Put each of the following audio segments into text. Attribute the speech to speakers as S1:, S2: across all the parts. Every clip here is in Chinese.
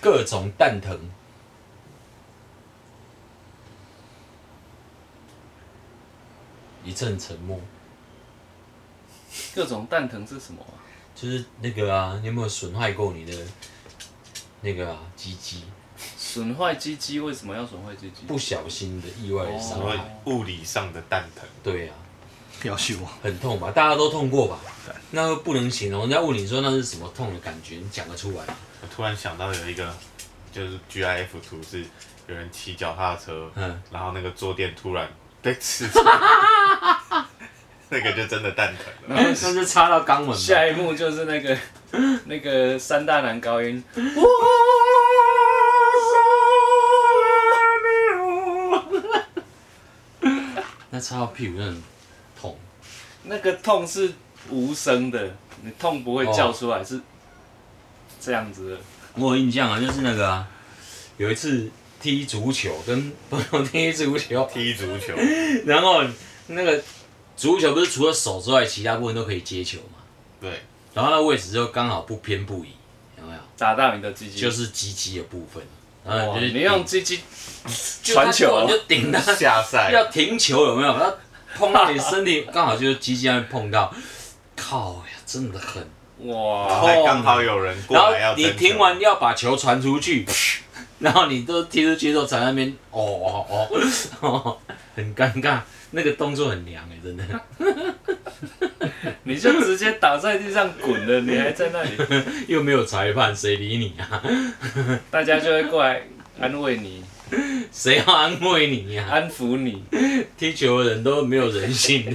S1: 各种蛋疼。一阵沉默，
S2: 各种蛋疼是什么啊、
S1: 就是那个啊，你有没有损害过你的那个啊鸡鸡？
S2: 损坏鸡鸡为什么要损坏鸡鸡？
S1: 不小心的意外的伤
S2: 哦
S1: 害，
S3: 然后物理上的蛋疼，
S1: 对啊，
S4: 要修我，
S1: 很痛吧？大家都痛过吧？那又不能形容，人家问你说那是什么痛的感觉，你讲得出来吗？
S3: 我突然想到有一个就是 GIF 图是有人骑脚踏车，
S1: 嗯，
S3: 然后那个坐垫突 然被刺中， 那个就真的蛋疼了。
S1: 哎那就插到肛门吧。
S2: 下一幕就是那个 那个三大男高音，
S1: 那插到屁股真的很痛，
S2: 那个痛是无声的，你痛不会叫出来，是这样子的。
S1: 我有印象啊，就是那个啊，有一次踢足球跟朋友踢足 球，
S3: 踢足球，
S1: 然后那个足球不是除了手之外，其他部分都可以接球嘛，
S3: 对，
S1: 然后那位置就刚好不偏不倚，有没有？
S2: 打到你的鸡鸡，
S1: 就是鸡鸡的部分，然后
S2: 哇
S1: 你就啊
S2: 你用鸡 鸡
S1: 就他
S2: 传球
S1: 突然就顶 他
S3: 下
S2: 哎
S3: 赛
S1: 要停球有没有？ 要碰到你身体，刚好就是机器上面碰到，靠呀，真的很。
S3: 然
S2: 哇
S3: 后，还刚好有人过
S1: 然后
S3: 来要
S1: 你
S3: 争
S1: 停
S3: 球
S1: 完要把球传出 去，然后你都踢出去之后，在那边哦哦哦哦，很尴尬，那个动作很凉哎、 真的。
S2: 你就直接倒在地上滚了，你还在那里，
S1: 又没有裁判，谁理你啊？
S2: 大家就会过来安慰你、
S1: 谁要安慰你啊？
S2: 安抚你。
S1: 踢球的人都没有人性的，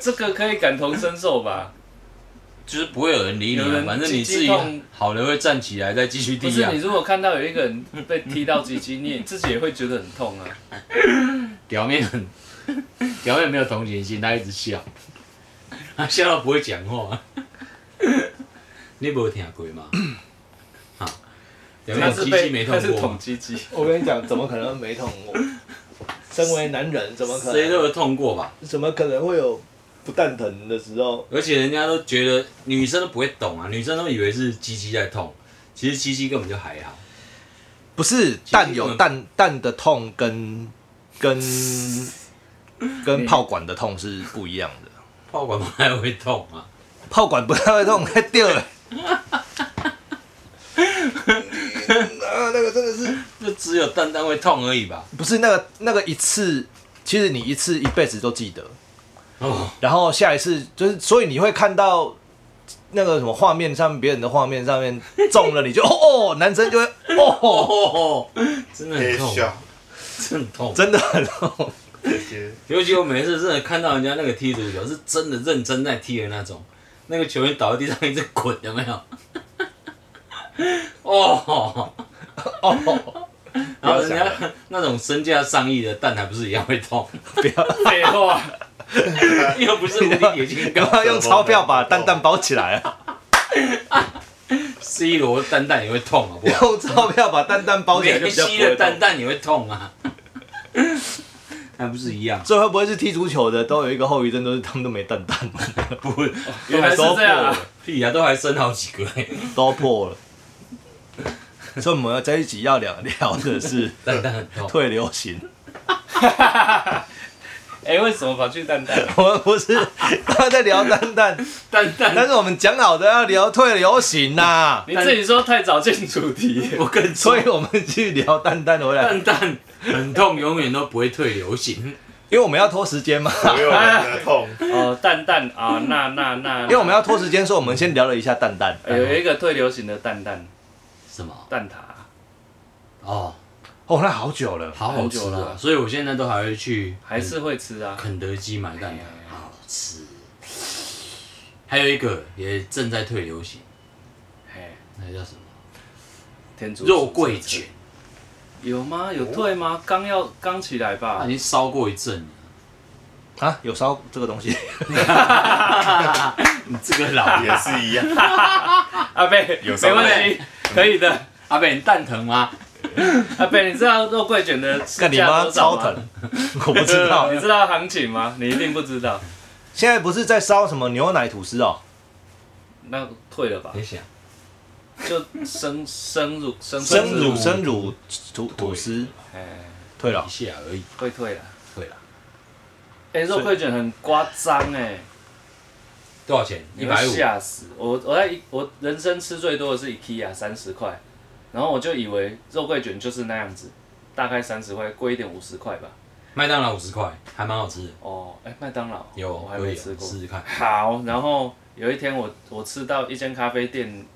S2: 这个可以感同身受吧？
S1: 就是不会有人理
S2: 有
S1: 你啊。
S2: 人
S1: 反正你自
S2: 激
S1: 己
S2: 动
S1: 好了会站起来再继续
S2: 不
S1: 踢
S2: 是
S1: 啊
S2: 你。如果看到有一个人被踢到鸡鸡，你也自己也会觉得很痛啊。
S1: 表面很， 表面没有同情心，他一直笑， 他笑到不会讲话。 你没有听过吗？ 啊，表面
S2: 他
S1: 有
S2: 是
S1: 鸡
S2: 被
S1: 鸡没
S2: 他
S1: 痛
S2: 是
S1: 过
S2: 捅
S1: 吗，
S2: 鸡鸡，
S5: 我跟你讲，怎么可能没痛 过？身为男人，怎么可
S1: 谁都
S5: 能？
S1: 有痛过吧？
S5: 怎么可能会有不蛋疼的时候？
S1: 而且人家都觉得女生都不会懂啊，女生都以为是鸡鸡在痛，其实鸡鸡根本就还好。
S4: 不是
S1: 实嗯
S4: 蛋有
S1: 我
S4: 蛋蛋的痛跟 跟跟炮管的痛是不一样的，
S1: 炮管本来会痛啊，
S4: 炮管不太会痛，太 掉了。
S5: 啊，那个真的是
S1: 就只有蛋蛋会痛而已吧？
S4: 不是那个那个一次，其实你一次一辈子都记得，
S1: 哦，
S4: 然后下一次就是，所以你会看到那个什么画面上面别人的画面上面中了，你就 哦哦，男生就会哦，
S1: 哦真的很
S3: 别
S1: 痛，
S3: 哎笑，
S1: 真的很痛。
S4: 真的很哦 痛。
S3: 这些
S1: 尤其我每次真的看到人家那个踢足球，是真的认真在踢的那种，那个球员倒在地上一直滚，有没有？ 哦，
S4: 哦，
S1: 然后人家那种身价上亿的蛋还不是一样会痛，
S2: 废话，
S1: 又不是无力铁金
S4: 赶
S1: 刚
S4: 快用钞票把蛋蛋包起来啊！
S1: ，C 罗蛋蛋也会痛，好不好？
S4: 用钞票把蛋蛋包起来就
S1: 梅
S4: 比较
S1: 西
S4: 不
S1: 的
S4: 会
S1: 蛋
S4: 痛。
S1: 蛋也会痛啊，还不是一样？
S4: 所以会不会是踢足球的都有一个后遗症，都是他们都没蛋蛋，
S1: 不会，
S2: 原来是这样啊！
S1: 屁啊，都还生好几个、欸，
S4: 都破了。所以我们要在一起要聊聊的是
S1: 蛋蛋很痛。
S4: 退流行。
S2: 哎、为什么跑去蛋蛋？
S4: 我们不是刚刚在聊蛋蛋，
S1: 蛋蛋，
S4: 但是我们讲好的要聊退流行啊呐、
S2: 你自己说太早进主题，
S1: 我跟你说
S4: 所以我们去聊蛋蛋 回来，
S1: 蛋蛋很痛，永远都不会退流行。
S4: 因为我们要拖时间嘛，
S3: 所有人的 痛，
S2: 哦，蛋蛋啊、那那那，
S4: 因为我们要拖时间，所以我们先聊了一下蛋蛋。
S2: 哎有一个退流行的蛋蛋
S1: 什么？
S2: 蛋挞，啊
S1: 哦，
S4: 哦，那好久了，
S1: 好好吃
S2: 很久
S1: 啊！
S2: 了
S1: 所以我现在都还哎会去
S2: 还是会吃啊。
S1: 肯德基买蛋挞，好吃。还有一个也正在退流行，
S2: 哎，
S1: 那叫什么？
S2: 天竺
S1: 肉桂卷，
S2: 有吗？有退吗？刚要刚起来
S1: 它
S2: 吧
S1: 啊已。经烧过一阵了。
S4: 啊，有烧这个东西，
S1: 你这个老
S3: 也是一样，
S2: 阿贝，
S3: 有
S2: 没问题，可以的。
S1: 阿贝，你蛋疼吗？
S2: 阿贝，你知道肉桂卷的市
S4: 干你
S2: 价
S4: 妈
S2: 多少吗？
S4: 超疼， 我不知道
S2: 你。知道行情吗？你一定不知道。
S4: 现在不是在烧什么牛奶吐司哦，
S2: 那退了吧
S1: 你？想，
S2: 就生生乳生
S4: 生乳
S1: 乳
S4: 生乳吐吐司
S2: 哎，
S4: 退了
S1: 一，下而已，
S2: 会退了。
S1: 对了，
S2: 哎、肉桂卷很夸张哎，
S1: 多少钱？
S2: 你
S1: 一
S2: 会
S1: 百五，
S2: 吓死我！我在一我人生吃最多的是 IKEA 三十块，然后我就以为肉桂卷就是那样子，大概三十块，贵一点五十块吧。
S1: 麦当劳五十块，还蛮好吃的，
S2: 哦，哎、麦当劳
S1: 有
S2: 我还
S1: 可以
S2: 没
S1: 啊
S2: 吃
S1: 试
S2: 过。
S1: 试看。
S2: 好，然后有一天我我吃到一间咖啡店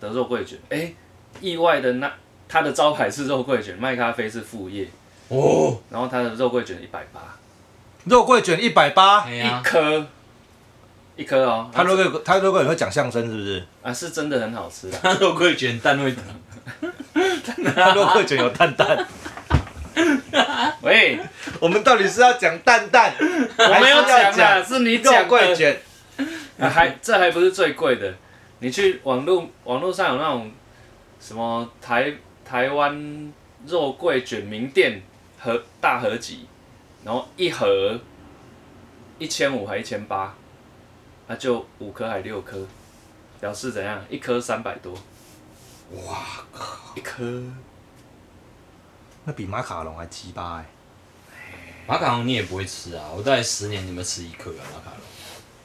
S2: 的肉桂卷，哎、意外的那它的招牌是肉桂卷，卖咖啡是副业，
S1: 哦，
S2: 然后它的肉桂卷一百八
S4: 肉桂卷一百八，
S1: 哎
S2: 一
S1: 呀，
S2: 颗，一颗哦，
S4: 他肉桂他肉桂卷会讲相声是不是？
S2: 啊是真的很好吃啊啦，
S1: 他肉桂卷蛋会疼，
S4: 他肉桂卷有蛋蛋，
S2: 喂，
S4: 我们到底是要讲蛋蛋，
S2: 我
S4: 还
S2: 没
S4: 是
S2: 有
S4: 要
S2: 讲啦，
S4: 讲啊
S2: 是你讲
S4: 肉
S2: 的
S4: 桂卷？
S2: 啊还这还不是最贵的，你去网络网络上有那种什么台台湾肉桂卷名店合大合集，然后一盒一千五还一千八，啊就五颗还六颗，表示怎样？一颗三百多，哇靠！一颗
S4: 那比马卡龙还鸡巴哎！
S1: 马卡龙你也不会吃啊，我大概十年你们吃一颗啊，马卡龙。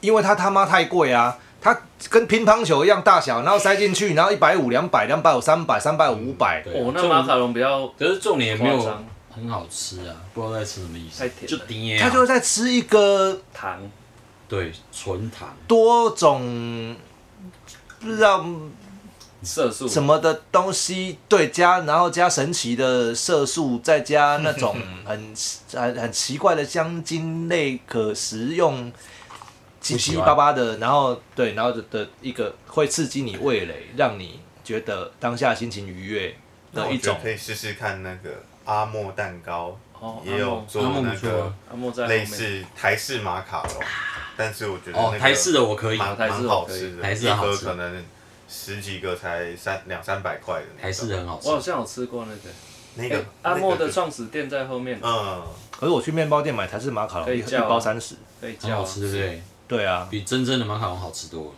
S4: 因为它他妈太贵啊，它跟乒乓球一样大小，然后塞进去，然后一百五、两百、两百五、三百、三百五、五百，
S1: 对啊
S2: 哦，那
S1: 重
S2: 马卡龙比较
S1: 可是重点也没
S2: 夸
S1: 有
S2: 张
S1: 很好吃啊，不知道在吃什么意思，
S2: 太甜了
S1: 就甜的啊
S4: 他就会再吃一个
S2: 糖，
S1: 对纯糖，
S4: 多种不知道
S2: 色素
S4: 什么的东西，对加，然后加神奇的色素，再加那种很很很奇怪的香精类可食用。七
S1: 不喜
S4: 七
S1: 欢
S4: 八八的，然后对，然后的的一个会刺激你味蕾，让你觉得当下心情愉悦
S3: 那
S4: 的
S3: 我
S4: 一
S3: 觉
S4: 种
S3: 得可以试试看那个阿莫蛋糕，
S2: 哦
S3: 也有做
S1: 阿莫
S3: 那
S1: 不错啊
S3: 个
S2: 阿莫在后
S3: 类
S2: 面，
S3: 似台式马卡龙，但是我觉得那
S1: 哦
S3: 个，
S1: 台式的我可以，
S3: 蛮
S2: 台
S3: 蛮
S2: 式我
S3: 好
S2: 可以
S3: 吃的，
S1: 台式
S3: 一
S1: 好
S3: 盒
S1: 吃
S3: 可能十几个才三两三百块的那种，
S1: 台式的很好吃
S2: 我。好像有吃过那个。
S3: 那个
S2: 哎阿莫的，
S3: 那个
S2: 创始店在后面
S3: 就，嗯，
S4: 可是我去面包店买台式马卡
S2: 可
S4: 龙，
S2: 以
S4: 一
S2: 叫啊
S4: 包三十。
S2: 可以叫
S1: 很
S2: 啊
S1: 好吃，对不对？
S4: 对啊，
S1: 比真正的马卡龙好吃多了。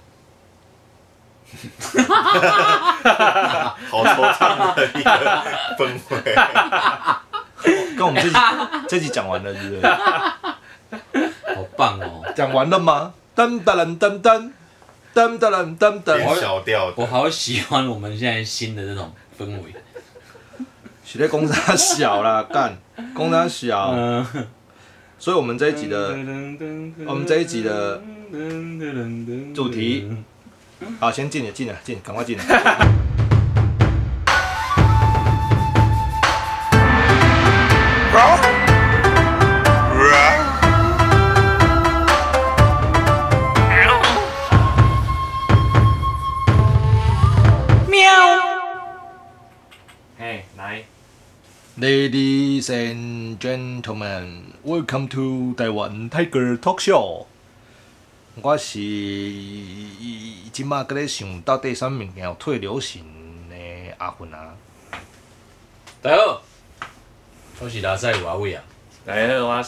S3: 好惆怅的一个氛围，
S4: 跟我们 这集这集讲完了，是不是？
S1: 好棒哦！
S4: 讲完了吗？噔噔噔噔噔噔噔噔
S3: 变
S4: 噔，
S3: 小调
S1: 我
S3: 的，
S1: 好喜欢我们现在新的这种氛围。
S4: 许在公差 小啦，干公差小，
S1: 嗯，
S4: 所以我们这一集的我
S2: 我
S4: 们这一集的主题
S1: 嗯
S4: 好，先进了，进了，进，赶快进了。
S2: 哎，来，
S4: Ladies and gentlemen, welcome to Taiwan Tiger Talk Show。我是即马搁咧想到底啥物件有退流行的阿芬啊。
S1: 大家好，我是拉塞有阿伟啊。
S2: 来了哇，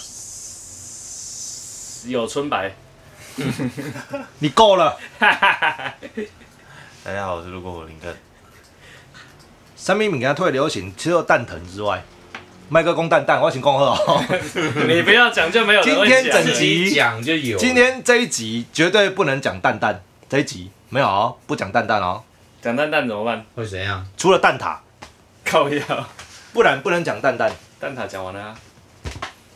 S2: 有春白，
S4: 你够了。
S3: 大家好，我是路过火林根，
S4: 啥物物件退流行，除了蛋疼之外，麦克讲蛋蛋，我先讲好哦。
S2: 你不要讲就没有人会
S4: 今
S2: 讲。
S4: 天整
S1: 自
S4: 集
S1: 己讲就有。
S4: 今天这一集绝对不能讲蛋蛋，这一集没有哦，不讲蛋蛋哦，
S2: 讲蛋蛋怎么办？
S1: 会怎样？
S4: 除了蛋挞，
S2: 靠药，
S4: 不然不能讲蛋蛋。
S2: 蛋挞讲完了啊，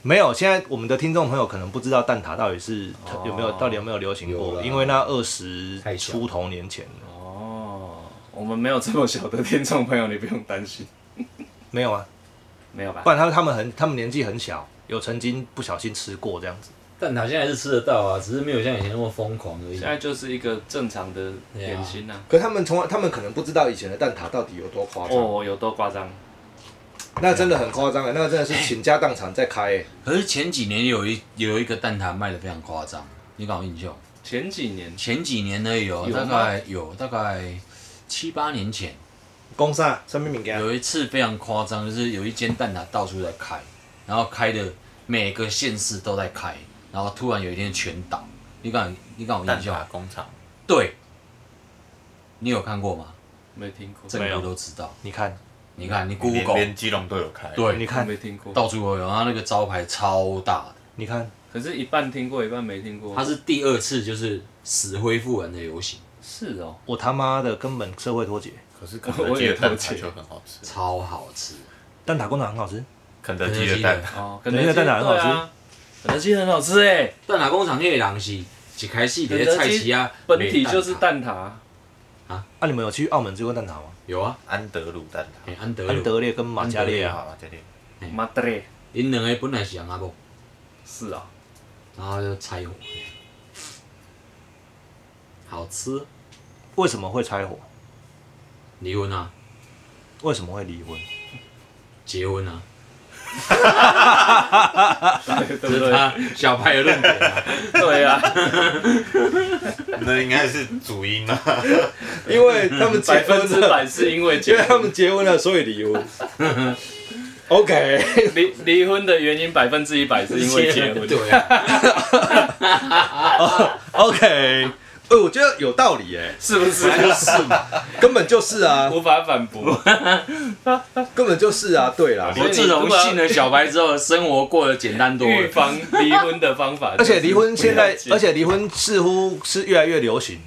S4: 没有，现在我们的听众朋友可能不知道蛋挞到底是
S2: 哦
S4: 有没有，到底有没有流行
S1: 有
S4: 过，
S1: 啦
S4: 因为那二十
S1: 太小
S4: 出头年前了
S2: 哦，我们没有这么小的听众朋友，你不用担心，
S4: 没有啊，
S2: 没有吧
S4: 不？然他们他们很他们年纪很小，有曾经不小心吃过这样子。
S1: 蛋挞现在还是吃得到啊，只是没有像以前那么疯狂而已
S2: 现。在就是一个正常的点心啊。
S4: 可他们从来他们可能不知道以前的蛋挞到底有多夸
S2: 哦，有多夸张？
S4: 那真的很夸张啊！那个真的是倾家荡产在开、欸，
S1: 可是前几年有一有一个蛋挞卖的非常夸张，你搞印象？
S2: 前几年
S1: 前几年呢有，
S2: 有吗
S1: 大概有大概七八年前，
S4: 公啊啥什么物件？
S1: 有一次非常夸张，就是有一间蛋挞到处在开，然后开的每个县市都在开，然后突然有一天全倒。你敢你敢有
S3: 蛋
S1: 印象
S3: 挞
S1: 吗？
S3: 工厂，
S1: 对，你有看过吗？
S2: 没听过，
S1: 政
S4: 没有
S1: 府都知道。
S4: 你看，
S1: 你看，你
S3: 连
S1: Google
S3: 连基隆都有开，
S1: 对
S4: 你，看，
S2: 没听过，
S1: 到处都有，它那个招牌超大的。
S4: 你看，
S2: 可是一半听过，一半没听过。
S1: 它是第二次就是死灰复燃的游行，
S2: 是哦，
S4: 我他妈的根本社会脱节。
S3: 可是肯德基的蛋挞就很好吃，
S1: 超好吃。
S4: 蛋挞工厂很好吃，
S3: 肯德基的蛋挞
S2: 哦，肯
S4: 肯
S2: 德基
S4: 德基的蛋挞很好吃
S2: 对啊肯德基很好吃哎，
S1: 蛋挞工厂那个人是一开始在菜市啊，
S2: 本体就是蛋挞，
S4: 啊，你们有去澳门吃过蛋挞吗？
S1: 有啊，
S3: 安德鲁蛋挞，
S1: 嘿安德
S4: 安
S1: 鲁，
S4: 德烈跟马加烈啊，
S3: 好马加烈，
S2: 马德嘞，
S1: 因两个本来是人阿伯，
S2: 是啊，
S1: 然后就拆伙，好吃。
S4: 为什么会拆伙？
S1: 离婚啊，
S4: 为什么会离婚？
S1: 结婚啊，
S2: 对
S1: 这
S2: 不
S1: 是
S2: 对？
S1: 他小白的论点 啊。
S2: 对 啊，
S3: 那应该是主因啊，
S4: 因为他们
S2: 百分之，百是因为结婚，
S4: 们结婚了，所以离婚。OK，
S2: 离离婚的原因百分之一百是因为结婚，
S1: 对啊，
S4: OK，呃，我觉得有道理哎，
S2: 是不是？
S1: 就是嘛。
S4: 根本就是 啊，
S2: 无法反驳。
S4: 根本就是啊，对啦。
S1: 我自从信了小白之后，生活过得简单多
S2: 预
S1: 了。
S2: 防离婚的方法，
S4: 而且离婚现在，
S2: 且
S4: 而且离婚似乎是越来越流行，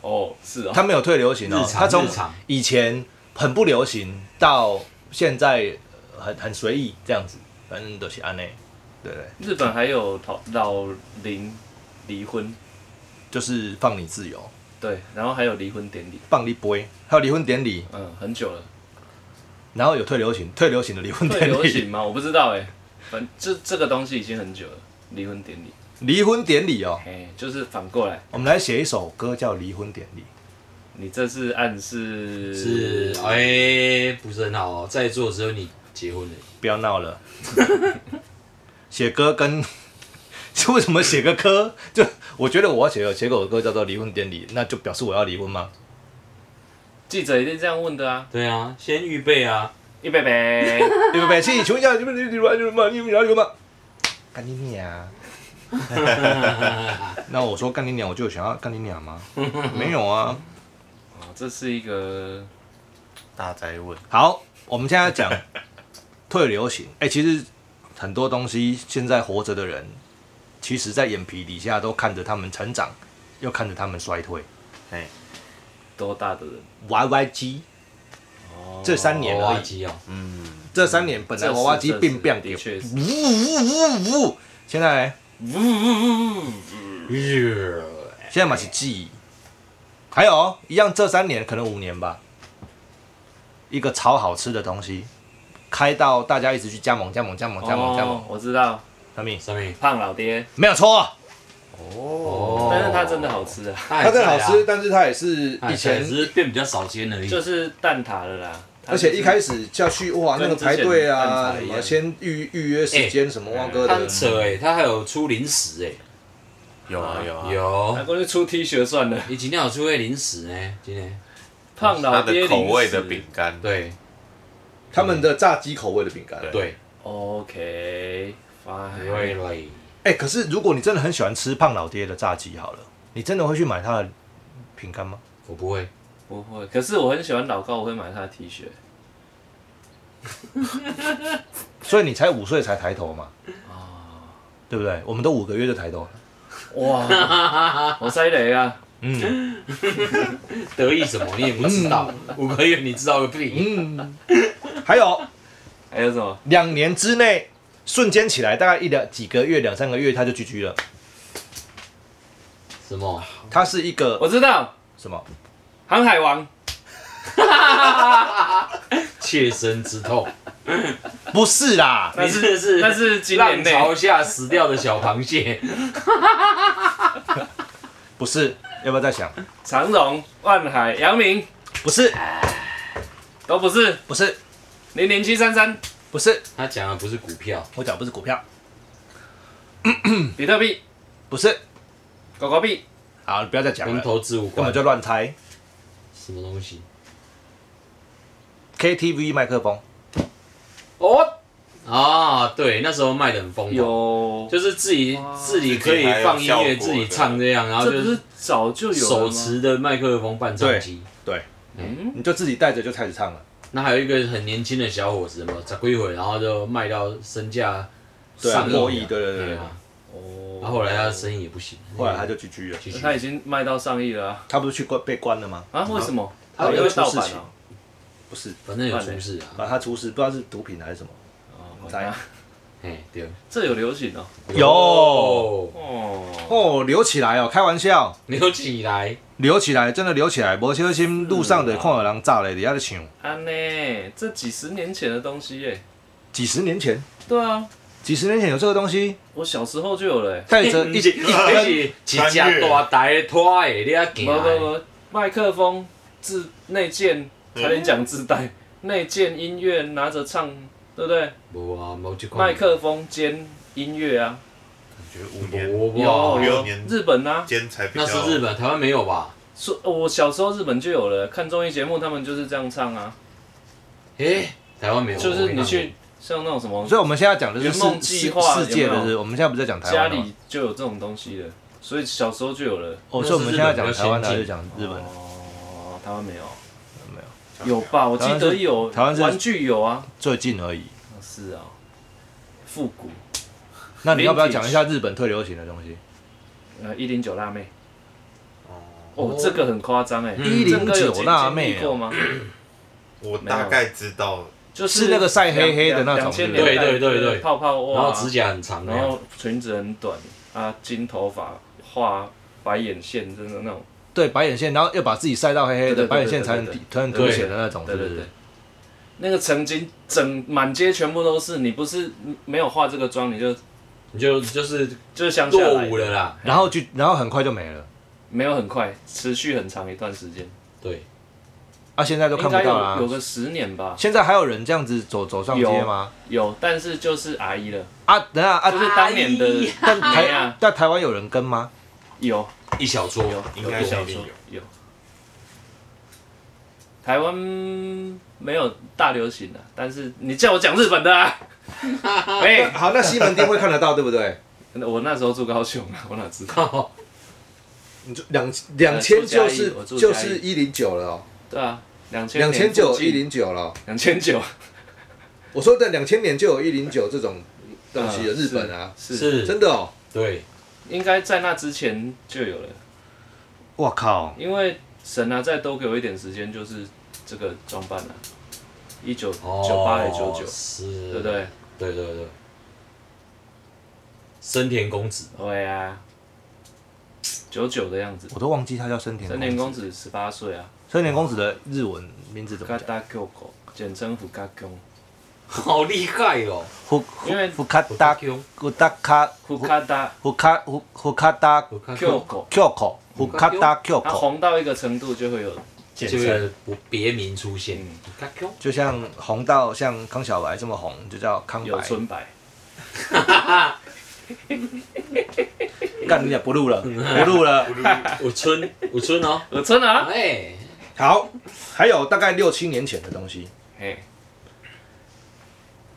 S2: 哦是哦，
S4: 它没有退流行哦
S1: 日，常
S4: 它从
S1: 日常
S4: 以前很不流行到现在呃很很随意这样子，反正都是安内，对不对？
S2: 日本还有老老龄离婚，
S4: 就是放你自由，
S2: 对，然后还有离婚典礼，
S4: 放你杯，还有离婚典礼，
S2: 嗯，很久了，
S4: 然后有退流行，退流行的离婚
S2: 会
S4: 典
S2: 流
S4: 礼，
S2: 行吗？我不知道哎，反这这个东西已经很久了，离婚典礼，
S4: 离婚典礼哦。
S2: 哎，就是反过来，
S4: 我们来写一首歌叫《离婚典礼》，
S2: 你这是暗示
S1: 是，哎、不是很好哦。在座只有你结婚了，
S4: 不要闹了。写歌跟是为什么写个歌？就我觉得我要写个写首歌叫做《离婚典礼》，那就表示我要离婚吗？
S2: 记者一定这样问的啊，
S1: 对啊，先预备啊。
S2: 一贝贝，
S4: 对不对？请请问一下，你们离婚吗？你们要离婚吗？干你娘！那我说干你娘，我就想要干你娘吗？没有啊。
S2: 哦这是一个
S3: 大灾问，
S4: 好，我们现在讲 退流行。哎、其实很多东西，现在活着的人，其实在眼皮底下都看着他们成长，又看着他们衰退。
S3: 哎，
S2: 多大的人？
S4: YYG
S2: 哦
S4: 这三年
S1: 娃
S4: 而
S1: 娃
S4: 已，
S1: 机哦，
S3: 嗯，
S4: 这三年本来娃娃机
S2: 这是
S4: 变变
S2: 这
S4: 变，
S2: 是的确是，
S4: 呜呜呜呜，现在现在嘛是记忆，还有哦一样这三年可能五年吧，一个超好吃的东西，开到大家一直去加盟加盟加盟加盟加
S2: 哦
S4: 盟，
S2: 我知道
S4: 他们
S1: 上面
S2: 胖老爹，
S4: 没有错。
S1: 哦
S2: 但是他真的好，吃啊。
S1: 他
S4: 它
S1: 还
S4: 更好
S1: 在啊哎
S4: 吃，，但是它也是
S1: 他还
S4: 以
S1: 在
S4: 前
S1: 只，是变比较少见而已。
S2: 就是蛋挞了啦。它
S4: 而且一开始下去哇，那个排队啊，
S2: 跟
S4: 什
S2: 之前
S4: 么先预预约时间什么汪哥
S1: 他很
S4: 的，
S1: 扯哎，他还有出零食哎，
S3: 有啊有啊，
S1: 有
S2: 就是，，他光是出 T 恤算
S3: 嗯
S2: 了。
S1: 你今天有出那零食呢？今天
S2: 胖
S3: 它
S2: 老爹
S3: 的口味的
S2: 零食
S3: 饼。干，
S1: 对
S4: 他们的炸鸡口味的饼干。
S3: 对
S1: 对，
S2: OK，
S1: 对
S2: fine。
S1: 对，
S4: 哎，可是如果你真的很喜欢吃胖老爹的炸鸡，好了，你真的会去买他的饼干吗？
S1: 我不会，
S2: 不会。可是我很喜欢老高，我会买他的 T 恤。
S4: 所以你才五岁才抬头嘛，对不对？我们都五个月就抬头了，
S2: 哇， 我塞雷啊！
S4: 嗯
S1: 得意什么你也不知道，五个月你知道个屁，
S4: 嗯，还有
S2: 还有什么？
S4: 两年之内瞬间起来，大概一两几个月、两三个月，他就居居了。
S1: 什么？
S4: 他是一个
S2: 我知道，
S4: 什么？
S2: 航海王
S1: 切身之 痛，
S4: 不是啦，
S2: 那
S1: 你
S2: 是
S1: 这是
S2: 那是今年
S1: 浪
S2: 内
S1: 潮下死掉的小螃蟹，
S4: 不是，要不要再想？
S2: 长荣、万海、杨明
S4: 不是，
S2: 都不是
S4: 不是，
S2: 零零七三三
S4: 不是，
S1: 他讲的不是股票，
S4: 我讲不是股票，
S2: 比特币、
S4: 不是。
S2: 狗狗币、
S4: 好，不要再讲
S1: 跟
S4: 了，
S1: 投资无
S4: 根
S1: 关
S4: 本，就乱猜。
S1: 什么东西？
S4: KTV 麦克风，
S1: 哦，啊，对，那时候卖的很疯狂，
S2: 有，
S1: 就是自己
S2: 哇
S1: 自己可以放音乐，
S3: 自己
S1: 自
S3: 还有效果
S1: 己唱这样，然后
S2: 这
S1: 啊就
S2: 不是
S1: 是
S2: 早就有了
S1: 手
S2: 吗？
S1: 持的麦克风伴唱机，
S4: 对，
S1: 嗯
S4: 你就自己带着就开始唱了。
S1: 那还有一个很年轻的小伙子嘛，十几岁，然后就卖到身价
S4: 对啊，
S1: 上
S4: 破
S1: 亿
S4: 亿，
S1: 啊，
S4: 对对对
S1: 对
S4: 对。
S1: 啊。
S2: 哦
S1: 然后后来他的生意也不行，
S4: 后来他就 GG 了，
S1: 继续
S2: 他已经卖到上亿了啊！
S4: 他不是去关被关了吗？
S2: 啊，为什么？
S4: 他有
S2: 因为
S4: 出
S2: 盗
S4: 事
S2: 版
S4: 情
S2: 哦。
S4: 不是，
S1: 反正有出事啊，
S4: 把他出事，不知道是毒品还是什么。
S2: 哦
S4: 我猜
S1: 哎，对，
S2: 这有流行哦。
S4: 有
S2: 哦，
S4: 哦，留起来哦，开玩笑，
S1: 扭起 来，
S4: 留起来，真的留起来，无小心路上的看有人炸了，底下就抢。
S2: 安呢，这几十年前的东西耶。
S4: 几十年前，
S2: 对啊，
S4: 几十年前有这个东西，
S2: 我小时候就有了耶。
S4: 带着
S1: 你
S4: 一
S1: 是那是一只大台拖的，你啊
S2: 不
S1: 行
S2: 不
S1: 的，
S2: 不，麦克风自内建，差点讲自带内建音乐，拿着唱，对不对？
S1: 无啊，无这款
S2: 麦克风兼音乐啊，
S3: 感觉五年
S1: 无
S2: 有
S1: 吧？
S3: 六
S2: 有
S3: 年
S2: 日本啊，
S3: 间才比
S1: 那
S3: 较
S1: 是日本，台湾没有吧？
S2: 说我小时候日本就有了，看综艺节目他们就是这样唱啊，
S1: 哎，台湾没有，
S2: 就是你去像那种什么
S4: 所以我们现在讲的是
S2: 圆梦
S4: 世
S2: 计
S4: 世
S2: 划
S4: 世界
S2: 有没
S4: 的
S2: 有
S4: 是，我们现在不是在讲台
S2: 家
S4: 湾的吗
S2: 里就有这种东西的，所以小时候就有了。
S4: 哦，
S1: 那
S4: 所以我
S1: 是
S4: 们
S1: 日
S4: 现在
S1: 本
S4: 讲
S1: 比较
S4: 台湾的还
S1: 先
S4: 是
S1: 进
S4: 讲日本？
S2: 哦，台湾没有，
S3: 没
S2: 有吧？我记
S4: 台湾
S2: 得
S4: 是
S2: 有，
S4: 台湾是
S2: 玩具有啊，
S4: 最近而已。
S2: 哦是啊，复古，
S4: 那你要不要
S2: Vintage
S4: 讲一下日本退流行的东西？
S2: 呃，一零九辣妹。
S3: 哦，
S2: 哦，这个很夸张哎，
S4: 嗯
S2: 这个有
S4: 109辣妹哦
S2: 经历过吗？
S3: 我大概知道
S2: 就是
S4: 那个晒黑黑的那种
S2: 两千
S4: 对
S1: 不对
S2: 年代
S1: 对对对
S2: 泡泡袜
S1: 然
S2: 啊，
S1: 后指甲很长的
S2: 然
S1: 样子，
S2: 后裙子很短啊，金头发画白眼线，真的那种，
S4: 对，白眼线，然后要把自己晒到黑
S2: 对
S4: 黑的，
S2: 对对
S4: 白眼线才能
S2: 对对
S4: 底才能凸显的那种，
S2: 对
S4: 是不
S2: 对对
S4: 是？。
S2: 那个曾经整满街全部都是，你不是没有化这个妆，你就
S1: 你就就是
S2: 就是乡下
S1: 落
S2: 来
S1: 伍
S2: 的，
S1: 了啦，
S4: 然后就然后很快就没了，
S2: 没有很快，持续很长一段时间，
S1: 对，
S4: 啊，现在都看
S2: 应
S4: 不
S2: 该
S4: 到
S2: 有有
S4: 啦。
S2: 个十年吧，
S4: 现在还有人这样子走走上街吗？
S2: 有，但是就是阿姨了，
S4: 啊，等一下
S2: 就
S4: 啊，
S2: 是当年的
S4: 但
S2: 哎
S4: 台
S2: 呀
S4: 但台湾有人跟吗？
S2: 有
S1: 一小撮
S2: 有
S3: 应该是一定有，
S2: 有。台湾没有大流行的、但是你叫我讲日本的、啊，哎、
S4: 好，那西门町会看得到，对不对？
S2: 我那时候住高雄啊，我哪知道？
S1: 靠，
S4: 你就两两千就是
S2: 我住嘉义
S4: 就
S2: 我住嘉
S4: 是
S2: 义
S4: 一零九了哦，
S2: 对啊，两千
S4: 两千九一零九了哦。
S2: 两千九
S4: 我说的两千年就有一零九这种东西了，日本啊，
S2: 是是
S1: 是，
S4: 真的哦。
S1: 对，
S2: 应该在那之前就有了，
S4: 我靠，
S2: 因为神啊再多给我一点时间，就是这个装扮啊，一九
S1: 哦
S2: 九八还九九，
S1: 是，
S2: 对不？对？
S1: 对对对，森田公子，
S2: 对啊，九九的样子，
S4: 我都忘记他叫森田
S2: 森田公
S4: 子。
S2: 子十八岁啊，
S4: 森田公子的日文名字怎么
S2: 嘎
S4: 讲？
S2: 达 Q 狗，简称福嘎公。
S1: 好厉害哦！
S4: 福
S2: 因为
S4: 福卡达福达卡
S2: 福卡达
S4: 福卡福福卡达
S1: 我看
S2: Q 狗，
S4: Q 口福卡达 Q
S2: 它
S4: 口，
S2: 啊红到一个程度就会有，
S1: 这
S4: 简称
S1: 个别名出现
S2: 嗯，
S1: 看 Q，
S4: 就像红到像康小白这么红，就叫康
S2: 有
S4: 白。
S2: 纯白，
S4: 干，你也不录了，
S2: 嗯
S4: 不 录了。
S1: 五村五村哦，
S2: 有春啊，
S1: 哎，
S4: 好，还有大概六七年前的东西，
S2: 嘿，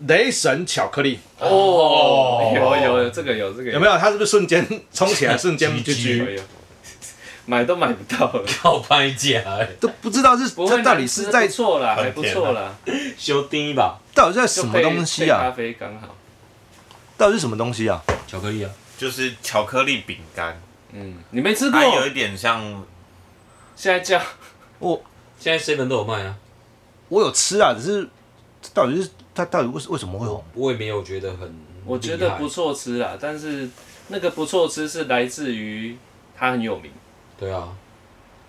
S4: 雷神巧克力
S2: 哦，有有有这个有这个
S4: 有没有？它是不是瞬间冲 起来，瞬间就
S2: 有
S4: 狙？
S2: 有， 买都买不到了，
S1: 靠拍价，
S2: 欸
S4: 都不知道是
S2: 不会
S4: 这到底是在
S2: 不错啦，还
S3: 很
S2: 不
S3: 甜啊
S2: 错啦，
S1: 修低吧，
S4: 到底在什
S2: 就
S4: 么
S2: 配
S4: 东西
S2: 配咖
S4: 啊？
S2: 啡刚好，
S4: 到底是什么东西啊？
S1: 巧克力啊，
S3: 就是巧克力饼干，
S2: 嗯，你没吃过
S3: 它，有一点像
S2: 现在叫
S4: 我
S1: 现在 seven 都有卖啊，
S4: 我有吃啊，只是这到底是它到底为为什么会红？
S1: 我也没有觉得很，
S2: 我觉得不，错吃啦，但是那个不错吃是来自于它很有名，
S1: 对啊，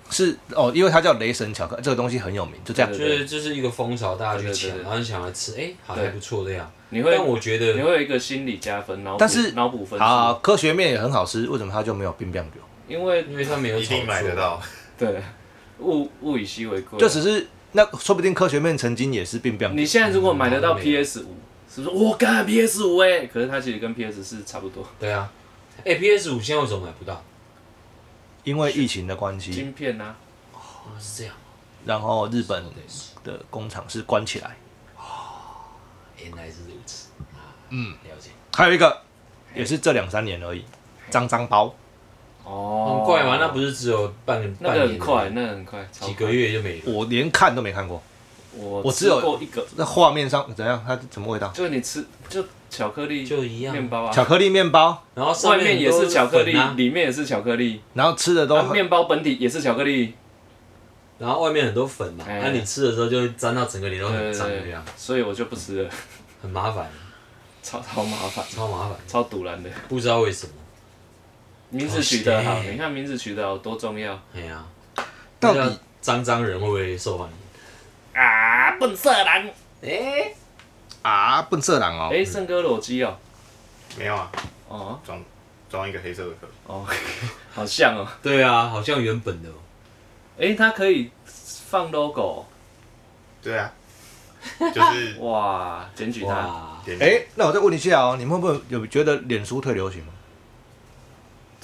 S4: 是哦，因为它叫雷神巧克力，这个东西很有名，就这样
S1: 就
S2: 对。
S1: 是就是一个风潮，大家去
S2: 对对对
S1: 抢，
S2: 对
S1: 然后你想来吃，哎，好像
S2: 对
S1: 还不错这样，
S2: 你会
S1: 但我觉
S2: 你
S1: 得
S2: 会有一个心理加分，脑补
S4: 但是
S2: 脑补分数，
S4: 啊，科学面也很好吃，为什么它就没有冰棒酒？
S2: 因为
S1: 因为它没有
S3: 一定买得到，
S2: 对，物物以稀为贵。
S4: 就只是那说不定科学面曾经也是冰棒
S2: 啊
S4: 酒
S2: 你现在如果买得到
S1: 嗯没有
S2: PS 五，是不是我干 PS 五哎？可是它其实跟 PS 四差不多，
S1: 对啊，哎，PS 五现在为什么买不到？
S4: 因为疫情的关系，
S2: 晶片啊，
S1: 啊，是这样
S4: 然后日本的工厂是关起来。
S1: 原来是如此啊，
S4: 嗯，
S1: 了解，
S4: 还有一个也是这两三年而已，脏脏包，
S2: 哦
S1: 很快嘛，那不是只有半
S2: 那
S1: 半
S2: 个
S1: 年
S2: 很快，那个很快，超快
S1: 几个。月就没了。
S4: 我连看都没看过。
S2: 我
S4: 我只
S2: 吃
S4: 有
S2: 过一个，
S4: 那画面上怎样？它是什么味道？
S2: 就是你吃就巧克力
S1: 就一样
S2: 嗯面包
S4: 巧
S2: 啊，
S4: 克力面包，
S1: 然后上
S2: 外面也
S1: 很多
S2: 是巧克力
S1: 粉啊，
S2: 里面也是巧克力，
S4: 然后吃的都
S2: 啊
S4: 很
S2: 面包本体也是巧克力，
S1: 然后外面很多粉嘛，
S2: 哎
S1: 那你吃的时候就会沾到整个脸都很
S2: 对
S1: 脏
S2: 对
S1: 这
S2: 对
S1: 样，，
S2: 所以我就不吃了，
S1: 很麻烦，
S2: 超超麻烦，
S1: 超麻烦，
S2: 超堵然的。
S1: 不知道为什么。
S2: 名字取得好，
S1: 哦是
S2: 你看名字取得好多重要
S1: 哎呀，
S4: 到
S1: 那
S4: 底
S1: 叫脏脏人会不会受欢迎？
S2: 啊！笨色狼，
S1: 哎，
S4: 啊，笨色狼哦，
S2: 哎，圣哥裸肌哦，
S3: 没有啊，
S2: 哦
S3: 装装一个黑色的壳，
S2: 哦， 好像哦，
S1: 对啊，好像原本的哦，
S2: 哎，它可以放 logo，
S3: 对 啊，就是
S2: 哇，检举它，
S1: 哇，
S3: 点
S4: 哎、那我再问一下哦，你们会不会有觉得脸书退流行吗？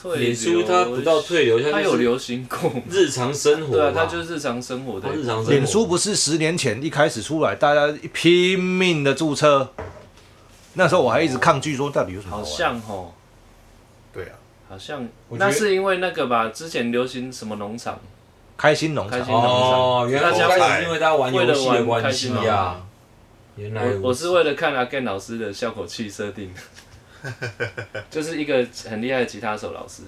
S2: 退
S1: 脸书
S2: 流
S1: 它不到退流，它
S2: 它有
S1: 就是
S2: 流行过吗
S1: 日常生活
S2: 对啊，
S1: 嘛
S2: 它就是日常生活的
S1: 它。日常生活。
S4: 脸书不是十年前一开始出来，大家拼命的注册，那时候我还一直抗拒说到底有什
S1: 啊
S4: 么
S2: 好
S4: 玩
S2: 像哦吼，
S3: 对啊，
S2: 好像
S1: 我觉得
S2: 那是因为那个吧，之前流行什么农场，
S4: 开心农
S2: 开
S4: 场
S2: 心农场
S1: 哦，原来
S2: 大家
S1: 刚开始是因为大家玩游戏的
S2: 为了玩
S1: 关
S2: 开
S1: 系
S2: 心
S1: 啊。原来
S2: 我我是为了看阿 Gan 老师的效果器设定，就是一个很厉害的吉他手老师，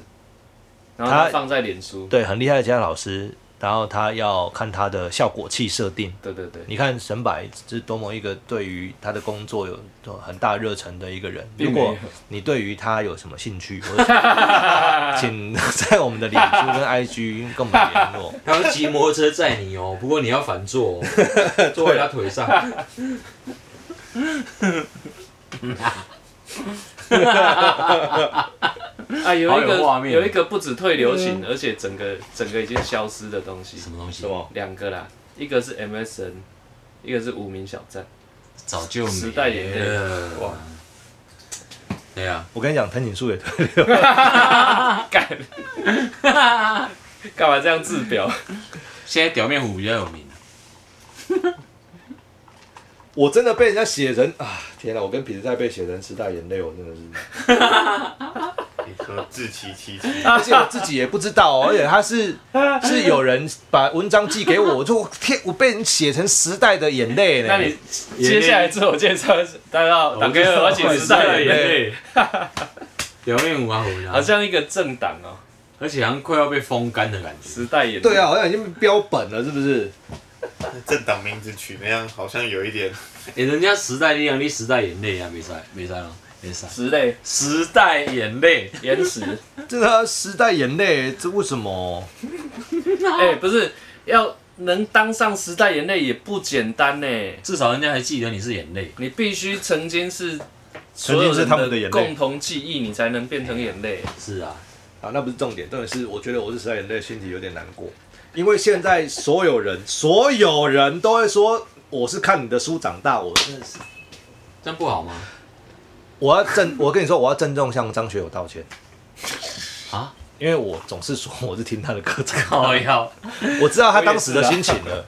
S2: 然后
S4: 他
S2: 他放在脸书，
S4: 对，很厉害的吉他老师，然后他要看他的效果器设定。
S2: 对对对，
S4: 你看沈柏是多么一个对于他的工作有很大热忱的一个人。如
S2: 并没有
S4: 果你对于他有什么兴趣，我 请在我们的脸书跟 IG 跟我们联络。
S1: 他要骑摩托车载你哦， 不过你要反坐哦， 坐在他腿上。
S2: 啊，有一
S1: 好有画
S2: 个
S1: 面
S2: 有一个不止退流行，而且整个整个已经消失的东西
S1: 什，么东西？
S4: 么？
S2: 两个啦，一个是 MSN，一个是无名小站，
S1: 早就没了
S2: 时代眼泪
S1: 哇！对啊，
S4: 我跟你讲，藤井树也对，
S2: 干， 干嘛这样自表？
S1: 现在表面虎比较有名，啊
S4: 我真的被人家写成啊，天哪！我跟痞子太被写成时代眼泪，我真的是，
S3: 你说自欺欺欺，
S4: 而且我自己也不知道、哦，而且 他是是有人把文章寄给我，我就天，我被人写成时代的眼泪呢。
S2: 那你接下来自我介绍是，大家好，打给我，我请时代的眼泪，
S1: 泪。 表面虎啊虎啊，
S2: 好像一个政党哦，
S1: 而且好像快要被风干的感觉。
S2: 时代眼泪，
S4: 对啊，，好像已经标本了，是不是？
S3: 政党名字取那样好像有一点，
S1: 哎，人家时代力量，你时代眼泪啊，没赛没赛了，没赛。
S2: 时类
S1: 时代眼泪，
S2: 延迟，
S4: 这个时代眼泪，这为什么？
S2: 哎，不是要能当上时代眼泪也不简单呢，
S1: 至少人家还记得你是眼泪。
S2: 你必须曾经是。
S4: 曾经是他们的眼泪哎
S2: 共同记忆，你才能变成眼泪。
S1: 是啊，
S4: 啊，那不是重点，重点是我觉得我是时代眼泪，心里有点难过，因为现在所有人，所有人都会说我是看你的书长大，我真的是，
S1: 这样不好吗？
S4: 我要郑，我跟你说，我要郑重向张学友道歉
S1: 啊，
S4: 因为我总是说我是听他的歌长大，
S1: 哦要，
S4: 我知道他当时的心情
S2: 啊
S4: 了，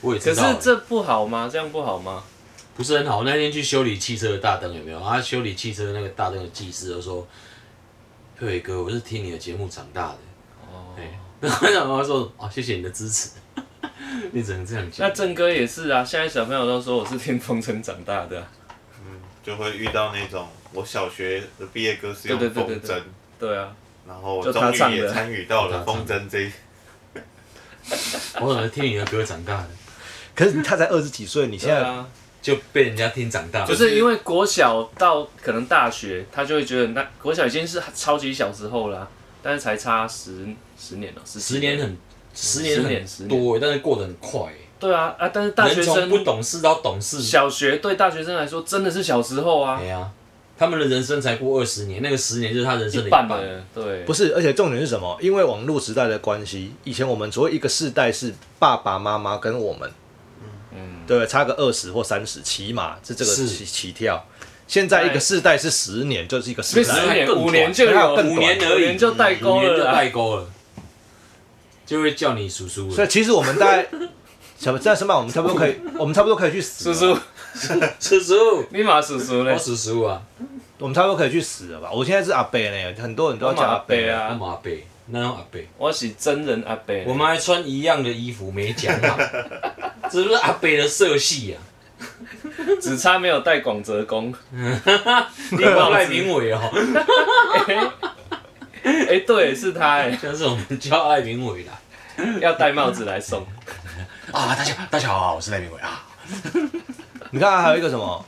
S1: 我也
S2: 可
S1: 知
S2: 是
S1: 道。
S2: 这不好吗？这样不好吗？
S1: 不是很好。那天去修理汽车的大灯有没有？他修理汽车那个大灯的技师就说：“佩伟哥，我是听你的节目长大的。”
S2: 哦
S1: 哦，然后 然后他说：“哦，谢谢你的支持。” 你只能这样
S2: 那
S1: 讲。
S2: 郑哥也是啊，现在小朋友都说我是听风筝长大的啊、
S3: 嗯，就会遇到那种我小学的毕业歌是用
S2: 对对
S3: 风
S2: 对对对
S3: 筝，
S2: 对啊，
S3: 然后我
S2: 就他唱
S3: 终
S2: 的
S3: 于也参与到了
S1: 就他唱
S3: 风
S1: 的
S3: 筝这一，
S1: 我可能听你的歌长大的，
S4: 可是他才二十几岁，你现
S2: 对
S4: 在、
S2: 啊，
S1: 就被人家听长大
S2: 就
S1: 了。
S2: 是因为国小到可能大学，他就会觉得那国小已经是超级小时候啦、但是才差十十年了、十几
S1: 十年很，十年
S2: 十年十
S1: 很
S2: 年
S1: 多，欸但是过得很快。
S2: 对啊啊！但是大学
S1: 人从
S2: 生
S1: 不懂事到懂事，
S2: 小学对大学生来说真的是小时候啊
S1: 哎，呀，他们的人生才过二十年，那个十年就是他人生的
S2: 一
S1: 一
S2: 半
S1: 半。
S2: 了，对，
S4: 不是，而且重点是什么？因为网络时代的关系，以前我们所谓一个世代是爸爸妈妈跟我们，
S2: 嗯，
S4: 对，差个二十或三十，起码是这个
S1: 是
S4: 起起跳。现在一个世代是十年，就是一个
S2: 所
S4: 世
S2: 以十
S4: 代。
S1: 还
S2: 年
S1: 更
S2: 五年就
S4: 还有
S2: 有
S4: 更
S1: 五年而
S2: 五
S1: 已，
S2: 年就代沟
S1: 五年就
S2: 了啊
S1: 代沟了，就会叫你叔叔
S4: 所
S1: 了
S4: 以。其实我们大概小在什么，我们差不多可以，我们差不多可以去死
S2: 叔
S4: 了。
S2: 叔
S1: 叔叔，
S2: 你嘛叔叔嘞
S1: 我，叔叔啊，
S4: 我们差不多可以去死了吧？我现在是阿伯呢，很多人都要
S2: 我
S4: 叫
S2: 嘛
S4: 阿
S2: 阿
S4: 伯
S2: 伯
S4: 啊。
S1: 阿
S2: 啊，
S1: 妈阿伯，那种阿伯，
S2: 我是真人阿伯。啊
S1: 我们还穿一样的衣服，没讲 好，这是阿伯的色系啊。
S2: 只差没有带广泽公。
S3: 啊
S1: 你有赖明伟哦，
S2: 哎、对，是他哎，
S1: 但是我们叫赖明伟啦。
S2: 要戴帽子来送。
S3: 啊，大家大家好，我是赖明伟啊。
S2: 啊
S4: 你看还有一个什么，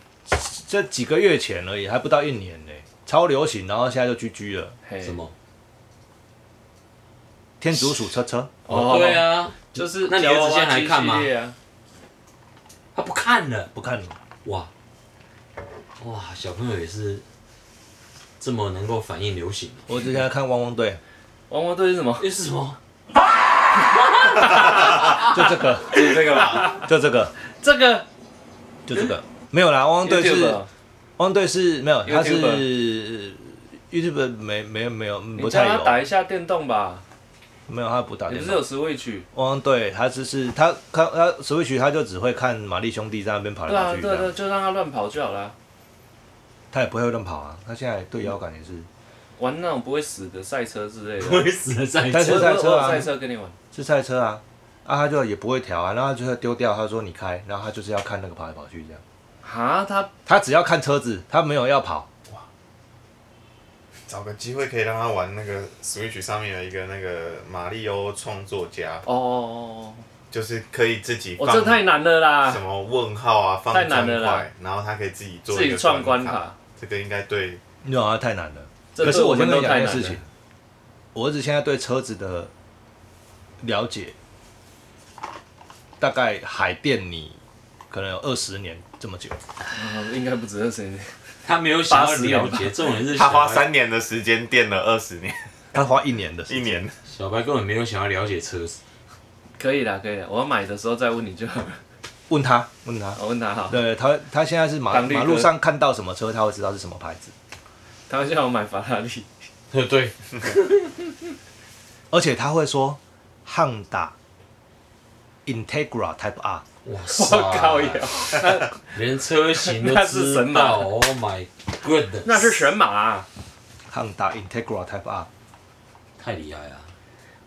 S4: 这几个月前而已，还不到一年呢，超流行，然后现在就 GG 了。
S2: 嘿
S1: 什？么？
S4: 天竺鼠车车，
S1: 哦，对，啊，
S2: 就是
S1: 那你儿子
S2: 吉娃娃
S1: 现在还
S2: 机
S1: 看吗
S2: 系列啊，
S1: 他不看了。
S4: 不看了。
S1: 哇，哇，小朋友也是这么能够反应流行哦，
S4: 我只想看汪汪队，
S2: 汪汪队是什么？
S1: 又是什么？
S4: 啊就 这个，
S2: 是这个吧？
S4: 就 这个，
S2: 这个
S4: 就这个。没有啦，汪汪队是
S2: YouTube
S4: 汪
S2: 啊
S4: 汪队是没有，他
S2: YouTuber
S4: 是 YouTube 没没没有
S2: 你
S4: 不
S2: 叫
S4: 太
S2: 他打
S4: 有，
S2: 一下电动吧，
S4: 没有他不打
S2: 你
S4: 电
S2: 不是
S4: 脑
S2: 有。Switch？
S4: 汪汪队他只是他看他 Switch 他就只会看玛丽兄弟在那边跑来
S2: 对啊，
S4: 跑去
S2: 对啊
S4: 这
S2: 对啊，
S4: 样，
S2: 就让他乱跑就好啦。
S4: 他也不会乱跑啊。他现在对腰杆也是，
S2: 玩那种不会死的赛车之 类的。
S1: 我也死了在
S4: 但是
S2: 我
S4: 赛车啊
S2: 我我有赛车跟你玩。
S4: 是赛车啊，啊他就也不会调啊，然后他就会丢掉，他说你开，然后他就是要看那个跑来跑去这样，
S2: 哈，他
S4: 他只要看车子，他没有要跑，
S3: 找个机会可以让他玩那个 Switch 上面有一个那个马里奥创作家，
S2: 哦哦，哦
S3: 就是可以自己
S2: 哦
S3: 放
S2: 哦这太难了
S3: 什
S2: 啦，
S3: 么问号啊，放
S2: 太难
S3: 砖
S2: 了啦
S3: 块，然后他可以自己做
S2: 自
S3: 一
S2: 己
S3: 个
S2: 创关
S3: 卡，
S2: 卡，
S3: 这个应该对
S4: 你好像太难了。
S2: 这
S4: 可是
S2: 对
S4: 我
S2: 我
S4: 先
S2: 们
S4: 跟
S2: 都
S4: 你讲
S2: 太
S4: 一
S2: 难
S4: 件事情
S2: 了。，
S4: 我儿子现在对车子的了解，大概海淀你可能有二十年这么久，
S2: 嗯应该不止二十年。
S1: 他没有想要
S2: 80
S1: 了
S2: 秒
S1: 解，重点是
S3: 他花
S1: 小白
S3: 三年的时间垫了二 十年，
S4: 他花一年的时
S3: 一
S4: 间，
S3: 年
S1: 小白根本没有想要了解车 子，
S2: 可以啦，可以啦，我要买的时候再问你就好了。
S4: 问他问他，
S2: 我问他好，
S4: 对他他现在是马
S2: 当绿
S4: 马
S2: 哥
S4: 路上看到什么车，他会知道是什么牌子，
S2: 他叫我买法拉利，
S1: 对对，
S4: 而且他会说 Honda Integra Type R。
S1: 哇
S2: 我
S1: 塞，
S2: 靠呀，
S1: 连车型都
S2: 那是
S1: 知
S2: 神马
S1: 道，Oh my god，
S2: 那是神马啊、
S4: Honda Integra Type R，
S1: 太厉害了，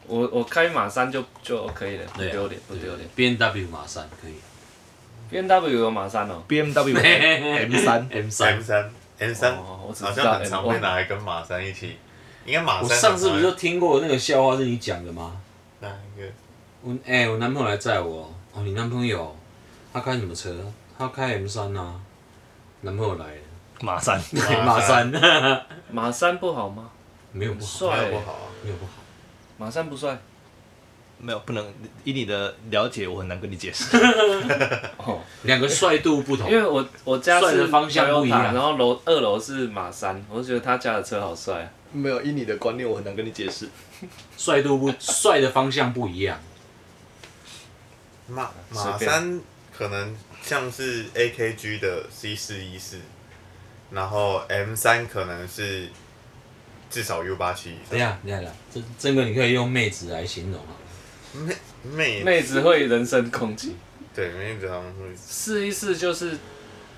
S2: 我我开马三就就可以了，不
S1: 啊
S2: 丢脸不丢脸。
S1: B N W 马三可以
S2: B N W 有马三哦，
S4: BMW M 三
S1: M 三
S3: M，三 M 三
S2: 哦我只
S3: 好
S2: 知道
S3: 像很常被拿来跟马三一起，应该马
S1: 我
S3: 三
S1: 上次
S3: 很
S1: 不
S3: 常
S1: 是就听过那个笑话是你讲的吗？
S3: 拿一个
S1: 我哎、我男朋友来载我。哦，你男朋友？他开什么车？他开 M 三啊。男朋友来了，
S4: 马三，
S1: 对，马
S3: 马
S1: 三
S3: 三，
S2: 马三不好吗？
S1: 没有
S2: 很
S1: 不好，
S2: 帅
S3: 没有不好啊，
S1: 没有不好。
S2: 马三不帅
S4: 没有不能以你的了解，我很难跟你解释。
S2: 哦，
S1: 两个帅度不同
S2: 因，为我我家
S1: 哦帅
S2: 是
S1: 的方向不一样
S2: Toyota，然后楼二楼是马三，我就觉得他家的车好帅、啊。
S4: 没有以你的观念，我很难跟你解释。
S1: 帅度不帅的方向不一样。
S3: 马
S2: 随
S3: 马
S2: 便
S3: 三可能像是 AKG 的 C 四一四，然后 M 三可能是至少 U 八七
S1: 等一下，等一下等一下，这这个你可以用妹子来形容啊。
S3: 妹妹
S2: 妹子会人身攻击，
S3: 对妹子好像会
S2: 试一试就是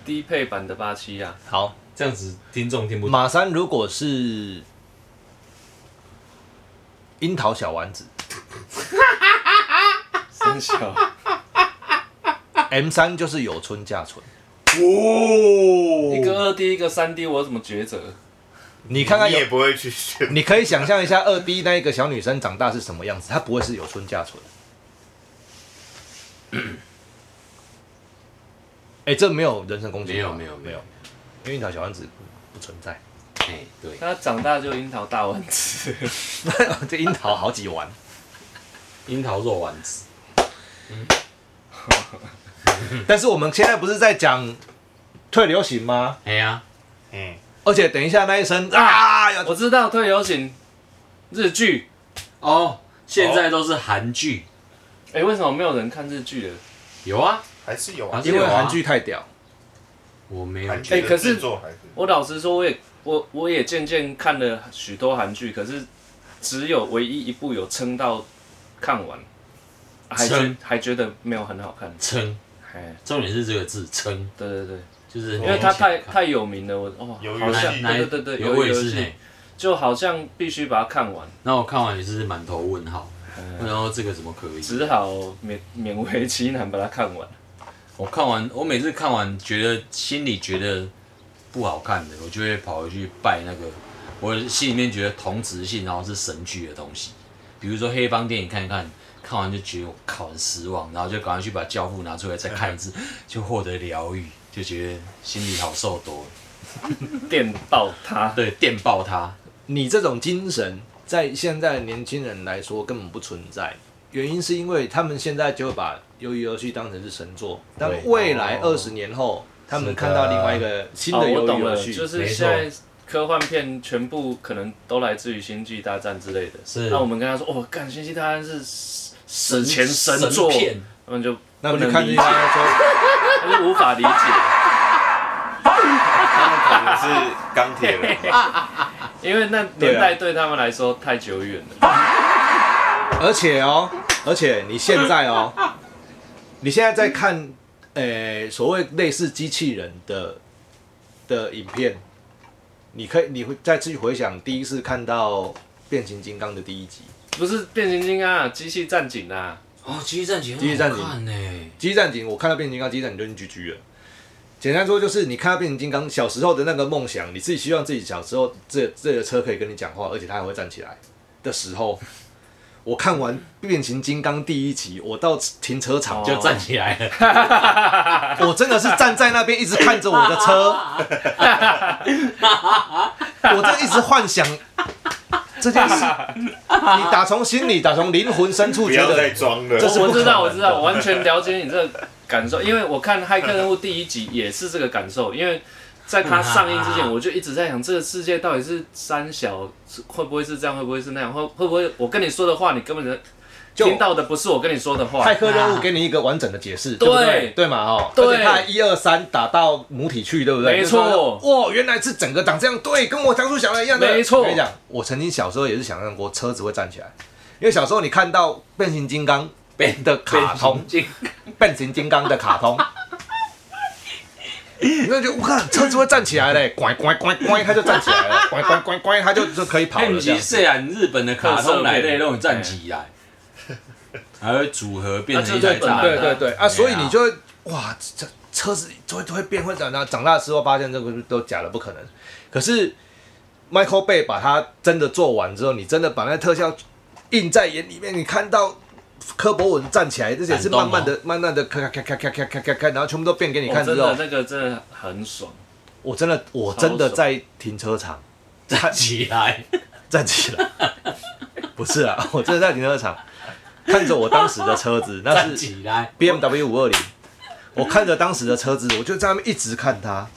S2: 低配版的八七啊，
S4: 好，
S1: 这样子听众听不懂。
S4: 马三如果是樱桃小丸 子
S2: 真小。
S4: ，M 三就是有村架纯。
S2: 一
S1: 哦，
S2: 个二 D 一个三 D，我要怎么抉择？
S4: 你看看
S3: 你
S4: 有
S3: 也，不会去选
S4: 你可以想象一下二 D 那一个小女生长大是什么样子，她不会是有村架纯。哎、这没有人身攻击，
S1: 没有没有没有，
S4: 因为樱桃小丸子不存在。
S1: 哎，对，
S2: 他长大就樱桃大丸子，
S4: 这樱桃好几丸，
S1: 樱桃肉丸子。
S4: 但是我们现在不是在讲退流行吗？
S1: 哎呀，
S3: 嗯，
S4: 而且等一下那一声啊，要
S2: 我知道退流行日剧，
S1: 哦，现在都是韩剧，
S2: 哎、为什么没有人看日剧了？
S1: 有啊，
S3: 还是有
S1: 还
S3: 啊
S1: 是，
S4: 因为
S1: 有啊
S4: 韩剧太屌，
S1: 我没有
S3: 韩
S2: 哎
S3: 剧
S2: 可
S3: 的
S2: 是
S3: 制作还是
S2: 我老实说我，也我我也渐渐看了许多韩剧，可是只有唯一一部有撑到看完，还觉
S1: 撑
S2: 还觉得没有很好看，
S1: 撑，
S2: 哎，
S1: 重点是这个字“撑
S2: 对对对，”，
S1: 就是
S2: 因为它太
S1: 看
S2: 太有名了，我哦，
S3: 有
S2: 好像
S3: 游戏
S1: 那
S2: 对对对对，
S1: 有
S2: 有
S1: 我也
S2: 游
S1: 是呢
S2: 戏，，就好像必须把它看完，
S1: 那我看完也是满头问号，然后这个怎么可以？
S2: 只好勉勉为其难把它看完。
S1: 我看完，我每次看完觉得心里觉得不好看的，我就会跑回去拜那个，我心里面觉得同质性然后是神剧的东西，比如说黑帮电影看一看，看完就觉得我靠很失望，然后就赶快去把《教父》拿出来再看一次，就获得疗愈，就觉得心里好受多了。
S2: 电爆它，
S1: 对，电爆它，
S4: 你这种精神，在现在的年轻人来说根本不存在。原因是因为他们现在就把《鱿鱼游戏》当成是神作，但
S1: 对
S4: 未来
S3: 哦
S4: 二十年后，他
S3: 是
S4: 们
S3: 的
S4: 看到另外一个新
S2: 哦，
S4: 的《
S2: 我
S4: 鱿鱼
S2: 懂
S4: 游
S2: 了，
S4: 戏》，
S2: 就是
S1: 没
S2: 现
S1: 错
S2: 在科幻片全部可能都来自于《星际大战》之类的。
S1: 是
S2: 那我们跟他说，哦，干《星际大战》是史史前神作，
S1: 片，
S2: 他们就
S4: 那
S2: 不
S4: 我们
S2: 能
S4: 就看
S2: 理解，
S4: 这些说
S2: 他们无法理解，
S3: 啊可能是钢铁人吧，
S4: 啊
S2: 因为那年代对他们来说太久远了。
S4: 而且哦，而且你现在哦， 你现在在看，呃，所谓类似机器人的的影片，你可以你会再去回想第一次看到变形金刚的第一集，
S2: 不是变形金刚啊，机器战警啊，
S1: 哦，《机器战警》
S4: 机器战警
S1: 很好看呢，
S4: 《机战警》，我看到变形金刚，《机战警》就已经 GG 了。简单说就是，你看到变形金刚小时候的那个梦想，你自己希望自己小时候这这个车可以跟你讲话，而且它还会站起来的时候，我看完变形金刚第一集，我到停车场
S2: 哦
S1: 就站起来了。
S4: 我真的是站在那边一直看着我的 车，我这一直幻想这件事，你打从心里，打从灵魂深处
S3: 不
S4: 觉
S3: 要再
S4: 得，
S3: 装了
S4: 这。是
S2: 我
S4: 不
S2: 我知
S4: 可
S2: 道，我
S4: 能
S2: 知道，我完全了解你这个感受，因为我看《骇客任务》第一集也是这个感受，因为在它上映
S4: 啊
S2: 之前，我就一直在想这个世界到底是三小是会不会是这样，会不会是那样，会会不会我跟你说的话，你根本就
S4: 就
S2: 听到的不是我跟你说的话。
S4: 骇客任务给你一个完整的解释，对不对？对嘛哦，
S2: 对
S4: 而且他一二三打到母体去，对不对？
S2: 没错
S4: 就说哦哇，原来是整个长这样，对，跟我当初想的一样的。
S2: 没错
S4: 我跟你讲，我曾经小时候也是想象过车子会站起来，因为小时候你看到变形金刚的卡通，
S1: 变形金
S4: 变形金刚的卡通。你就觉得我看车子会站起来嘞，乖乖乖乖，它就站起来了，乖乖乖乖，它就就可以跑
S1: 哎，
S4: 了
S1: 你
S4: 这样
S1: 是。虽然日本的卡通来类
S2: 特色片
S1: 那种战旗来，还会组合变成一
S2: 那
S1: 台
S2: 就
S1: 炸
S4: 哎对
S1: 弹，
S4: 对对啊，所以你就会哇，这车子就会就会变，会长大。长大之后发现这个都假的，不可能。可是 Michael Bay 把它真的做完之后，你真的把那特效印在眼里面，你看到科博文站起来，这也是慢慢的、慢慢的咔咔咔咔咔咔咔咔，然后全部都变给你
S2: 我
S4: 看
S2: 真
S4: 之后
S1: 哦
S2: 的，那个真的很爽，
S4: 我真的我真的在停车场
S1: 站起来，
S4: 站起来， 不是啊，我真的在停车场看着我当时的车子，那
S1: 站
S4: 是
S1: 起来，
S4: B M W 五二零，我看着当时的车子，我就在那边一直看它。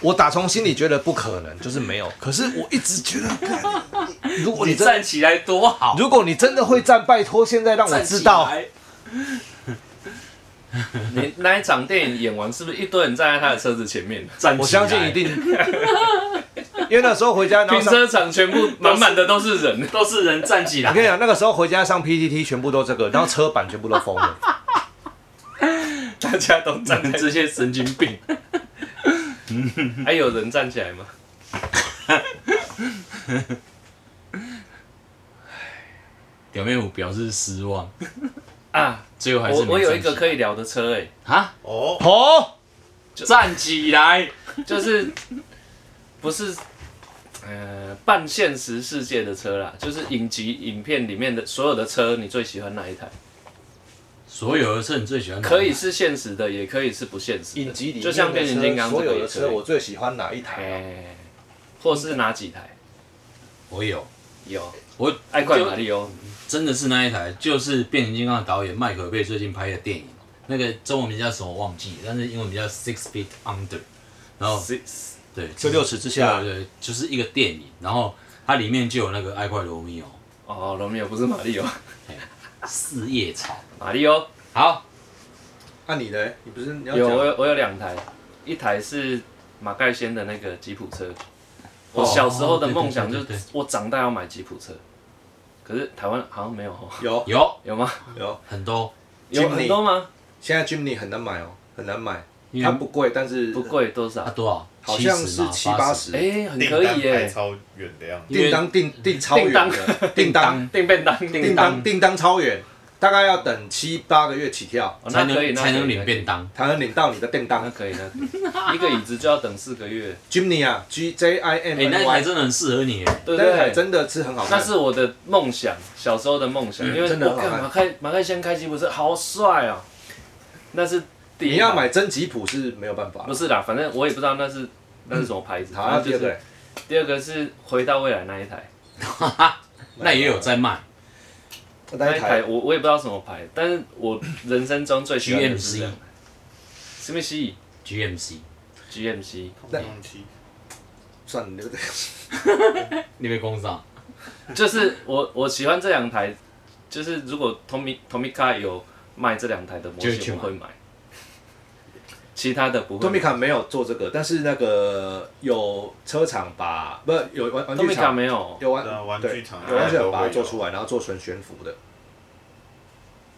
S4: 我打从心里觉得不可能，就是没有。可是我一直觉得，干你如果
S1: 你
S4: 你真，
S1: 站起来多好，
S4: 如果你真的会站，拜托现在让我
S1: 站
S4: 知
S1: 起
S4: 道。
S1: 来，
S2: 你那一场电影演完，是不是一堆人站在他的车子前面？
S1: 站起来，
S4: 我相信一定，因为那时候回家，然后
S2: 停
S4: 上
S2: 车场全部满满的都是人，
S1: 都是人站起
S4: 我跟你
S1: 来，
S4: 讲，那个时候回家上 P T T 全部都这个，然后车板全部都封 了。
S2: 大家都站在，
S1: 这些神经病，
S2: 还有人站起来吗？
S1: 表面我表示失望，
S2: 啊，
S1: 最后还是
S2: 我
S1: 没
S2: 我有一个
S1: 站起来
S2: 可以聊的车哎、
S1: 啊，
S3: 哦，
S4: 哦，
S1: 站起来，
S2: 就是不是呃半现实世界的车啦，就是影集影片里面的所有的车，你最喜欢哪一台？
S1: 所有的车你最喜欢哪一台
S2: 可以是现实的，也可以是不现
S1: 嗯
S2: 实的。
S4: 集里
S2: 就像变形金刚这
S4: 所
S2: 个也可以
S4: 有的车，我最喜欢哪一
S2: 哎、
S4: 台啊？
S2: 或是哪几台？
S1: 我有，
S2: 有
S1: 我
S2: 爱怪
S1: 就
S2: 马里奥，
S1: 真的是那一台，就是变形金刚的导演迈克尔贝最近拍的电影，那个中文名叫什么忘记，但是英文名叫 Six Feet Under，然后
S2: Six
S1: 对，
S4: 就六尺之下
S1: 对，对对，就是一个电影，然后它里面就有那个爱快罗密欧
S2: 哦，罗密欧不是马里奥，
S1: 四叶草。
S2: 马里奥
S1: 好，
S4: 那啊你呢？你不是你要
S2: 有我
S4: 讲？
S2: 有我有两台，一台是马盖先的那个吉普车。我小时候的梦想就
S1: 哦对对对
S2: 是
S1: 对
S2: 我长大要买吉普车，可是台湾好像没有哦，
S4: 有
S1: 有
S2: 有吗？
S4: 有
S1: 很多
S2: 有
S4: Jimny
S2: 很多吗？
S4: 现在 Jimny 很难买哦，很难买，
S1: 因为
S4: 它不贵，但是
S2: 不，贵多少
S1: 啊，？多少？
S4: 好像是七
S1: 七
S4: 八
S1: 八。
S4: 十，
S2: 哎，很
S3: 订
S2: 可
S3: 单
S2: 以
S3: 排
S2: 耶，
S3: 超远的样子。
S1: 因为
S4: 订单订订超远的，订单
S2: 订便当，
S4: 订单订单超远，大概要等七八个月起跳
S2: 哦嗯
S1: 才
S2: 那可以，
S1: 能
S2: 那
S1: 才
S2: 可以
S1: 能领便，当，
S4: 才能领到你的订
S2: 那
S4: 单。
S2: 可以，那可以 一个椅子就要等四个月，
S4: Jimny 啊，G J I M
S1: 哎，那
S4: N
S1: 一台
S4: Y，
S1: 真的很适合你耶，
S2: 对不
S4: 这台
S2: 对？
S4: 真的是很好看
S2: 那。是我的梦想，小时候的梦想，因为
S4: 嗯真的
S2: 我
S4: 好看
S2: 看马开马开先开机不是好帅哦，那是第一
S4: 你要
S2: 台
S4: 买真吉普是没有办法
S2: 不，是啦，反正我也不知道那是那是什么牌子，
S4: 嗯好，
S2: 反
S4: 那
S2: 正嗯
S4: 第
S2: 就
S4: 二
S2: 是
S4: 个，
S2: 第二个是回到未来那一台，
S1: 那也有在卖
S4: 那
S2: 那
S4: 一
S2: 一
S4: 台
S2: 台我我也不知道什么牌，但是我人生中最喜欢的是
S1: GMC
S2: 这样什么 C
S1: GMC，
S2: GMC
S4: 对
S3: 通气
S4: 算了，
S1: 你被攻上，
S2: 就是我我喜欢这两台，就是如果 Tomi Tomica 有卖这两台的模
S1: 就去
S2: 型，
S1: 买
S2: 我会买。其他的不会
S4: 多
S2: 买。
S4: 米卡没有做这个，但是那个有车厂把不是有玩玩具
S2: Tomica
S4: 厂
S2: 没有，
S4: 有玩
S3: 对啊玩具厂
S4: 对有玩具
S3: 都会
S4: 厂把它做
S3: 有
S4: 出来，然后做成悬浮的。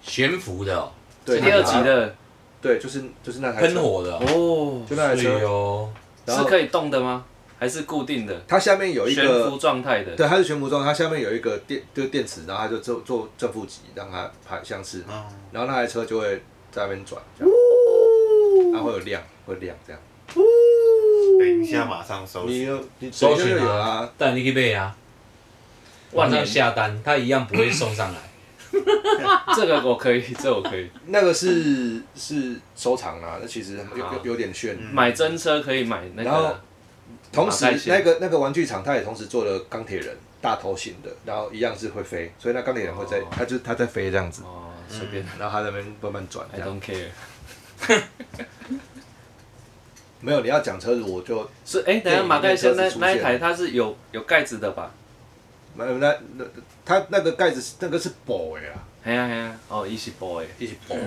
S1: 悬浮的哦，
S4: 对，
S2: 第二集的
S4: 对，就是就是那台车
S1: 喷，火的哦，
S2: 哦，
S4: 就那台
S1: 对
S4: 车，
S1: 哦，
S4: 然
S2: 是
S4: 后
S2: 可以动的吗？还是固定的？
S4: 它下面有一
S2: 悬浮
S4: 个，
S2: 状态的，
S4: 对，它是悬浮装，它下面有一个电，就是电池，然后它就做做正负极，让它拍像是，
S3: 嗯，
S4: 然后那台车就会在那边转，这样，它会有亮，会亮这样。
S3: 等一下马上收
S4: 你
S3: 拾。
S4: 有你
S1: 搜
S4: 手就
S1: 寻
S4: 有啊，，
S1: 带你去买啊，
S2: 万
S1: 晚
S2: 年
S1: 上下单，他一样不会送上来，
S2: 这个我可以， 这我可以
S4: 那个是是收藏啦，那其实有有有点炫。
S3: 嗯
S2: 买真车，可以买啊那
S4: 然后
S2: 个
S4: 同
S2: 马
S4: 时
S2: 赛，线
S4: 那个那个玩具厂，它也同时做了钢铁人大头型的，然后一样是会飞，所以那钢铁人会在
S2: 哦，
S4: 它就它在飞这样子，
S2: 哦，随便
S4: 嗯然后它在那边慢慢转这
S2: ，I don't
S4: 样。
S2: care。
S4: 没有，你要讲车子，我就是
S2: 哎，等一
S4: 电
S2: 下
S4: 影
S2: 马盖先那
S4: 里面车子出
S2: 那
S4: 现
S2: 一台它是有有盖子的吧？
S4: 那那那它那个盖子是那个是薄的啊，
S2: 哎呀哎呀，哦，一起 boy。啊
S4: 一起薄的。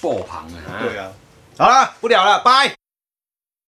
S1: 爆棚的。
S4: 啊对啊，好了，不聊了，拜。